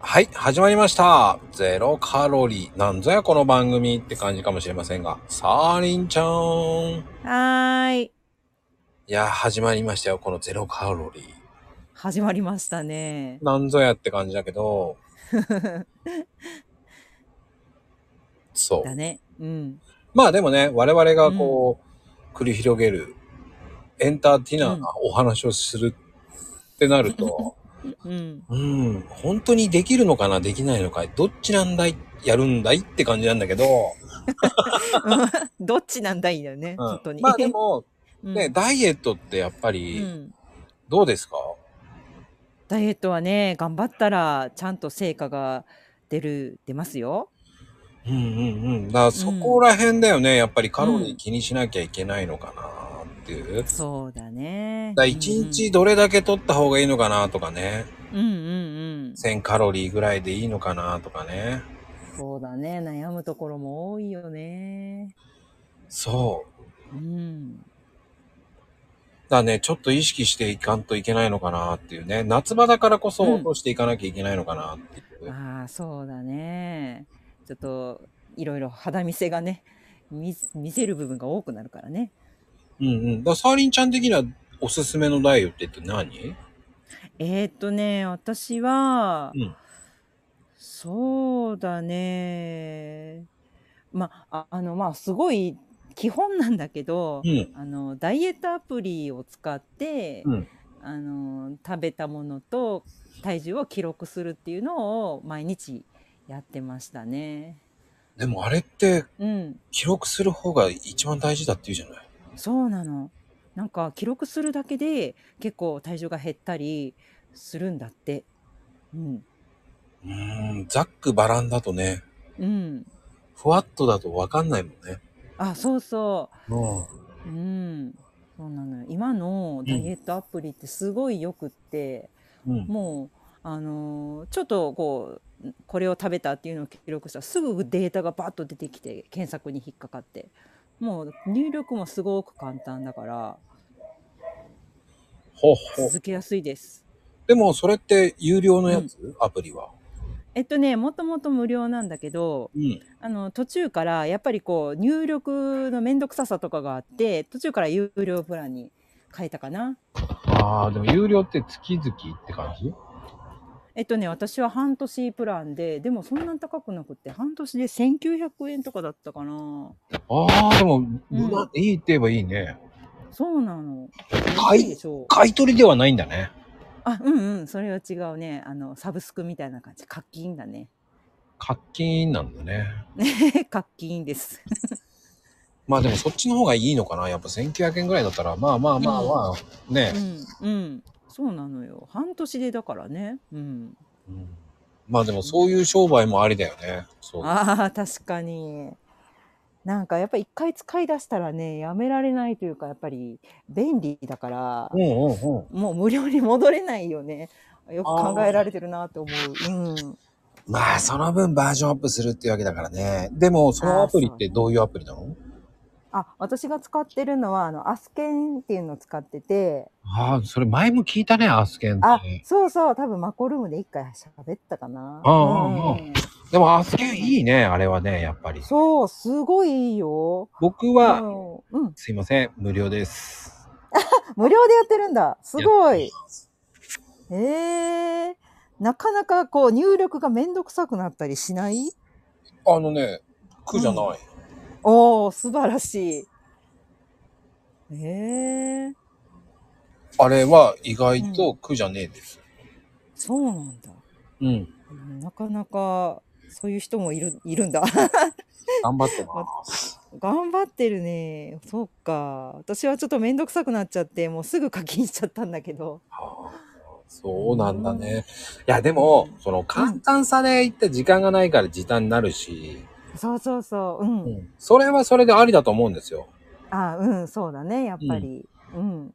はい、始まりました。ゼロカロリー。なんぞやこの番組って感じかもしれませんが。さあ、りんちゃーん。いはーい。や、始まりましたよ。このゼロカロリー。始まりましたね。なんぞやって感じだけど、そだう。ね。うん。まあでもね、我々がこう、繰り広げる、エンターテイナーなお話をするってなる と、うん。うん、本当にできるのかな、できないのかい、どっちなんだい、やるんだいって感じなんだけ ど、どっちなん だいだよね、うん本当に。まあでも、うん、ね、ダイエットってやっぱ うり、んどうですか、ダイエットはね、頑張ったら、ちゃんと成果が出る、出ますよ。うんうんうん。だからそこら辺だよね。やっぱりカロリー気にしなきゃいけないのかなっていう。だかそうだね。ら1日どれだけ取った方がいいのかなとかね。うんうんうんうん。 1000カロリーぐらいでいいのかなとかね。そうだね。悩むところも多いよね。そう。うん。だからね、ちょっと意識していかんといけないのかなっていうね。夏場だからこそうん落としていかなきゃいけないのかなっていう。ああ、そうだね。ちょっと、いろいろ肌見せがね、見見せる部分が多くなるからね。うんうん。だからサーリンちゃん的にはおすすめのダイエットって何えー、っとね、私は、うんそうだね。まあ、あの、まあ、すごい基本なんだけど、うん。あの、ダイエットアプリを使って、うんあの、食べたものと体重を記録するっていうのを毎日やってましたね。でもあれってうん、記録する方が一番大事だって言うじゃないそうなの。なんか記録するだけで結構体重が減ったりするんだって。うん、うーん、ざっくばらんだとね、うん。ふわっとだとわかんないもんね。あ、そうそう。ううん、そうなのよ今のダイエットアプリってすごいよくって、ん。うん。もう、あのーちょっとこうこれを食べたっていうのを記録したらすぐデータがバッと出てきて検索に引っかかってもう入力もすごく簡単だからほうほう。続けやすいです。でもそれって有料のやつ、アプリは。えっとねもともと無料なんだけどうん。あの途中からやっぱりこう入力の面倒くささとかがあって途中から有料プランに変えたかな。ああ、でも有料って月々って感じえっとね、私は半年プランで、でもそんな高くなくって、半年で1900円とかだったかな。ああ、でも、うんまいいって言えばいいね。そうなの。買いでしょう。買い取りではないんだね。あ、うんうん、それは違うね。あの、サブスクみたいな感じ。課金だね。 課金なんだね。課金です。まあでもそっちの方がいいのかな。やっぱ1900円ぐらいだったら、まあまあまあまあ、ね、うん、うん。そうなのよ。半年でだからね。うん。うんまあでもそういう商売もありだよね。そう。ああ、確かに。なんかやっぱ一回使い出したらね、やめられないというか、やっぱり便利だから。うんうんうん。もう無料に戻れないよね。よく考えられてるなと思う。うん。まあ、その分バージョンアップするっていうわけだからね。でも、そのアプリってどういうアプリなのあ、私が使ってるのは、あの、アスケンっていうのを使ってて、ああ、それ前も聞いたね、アスケンっあて。、そうそう、多分マコルームで一回喋ったかな。ああああうんでも、アスケンいいね、あれはね、やっぱり。そう、すごいいいよ。僕は、うん、うん。すいません、無料です。無料でやってるんだ。すごやっいて。ます。ええなかなかこう、入力がめんどくさくなったりしないあのね、苦じゃない。おー、素晴らしい。ええあれは意外と苦じゃねえです。そうなんだ。うん。うんなかなかそういう人もいるいるんだ。 頑張ってます。頑張ってるね。そうか。私はちょっと面倒くさくなっちゃって、もうすぐ課金しちゃったんだけど。はあそうなんだね。いや、でも、その簡単さで言って時間がないから時短になるし、そうそうそう。うん。うんそれはそれでありだと思うんですよ。あうん、そうだね。やっぱり。うん。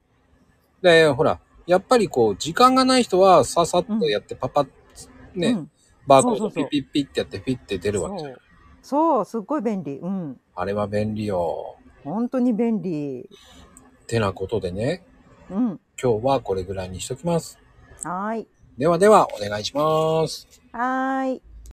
で、ほら、やっぱりこう、時間がない人は、ささっとやって、パパッ、ね、うんバーコードそうそピうそッうピッピッってやって、ピッて出るわけじゃん。そう。そう、すっごい便利。うん。あれは便利よ。本当に便利。てなことでね、うん。今日はこれぐらいにしときます。はーい。ではでは、お願いします。はーい。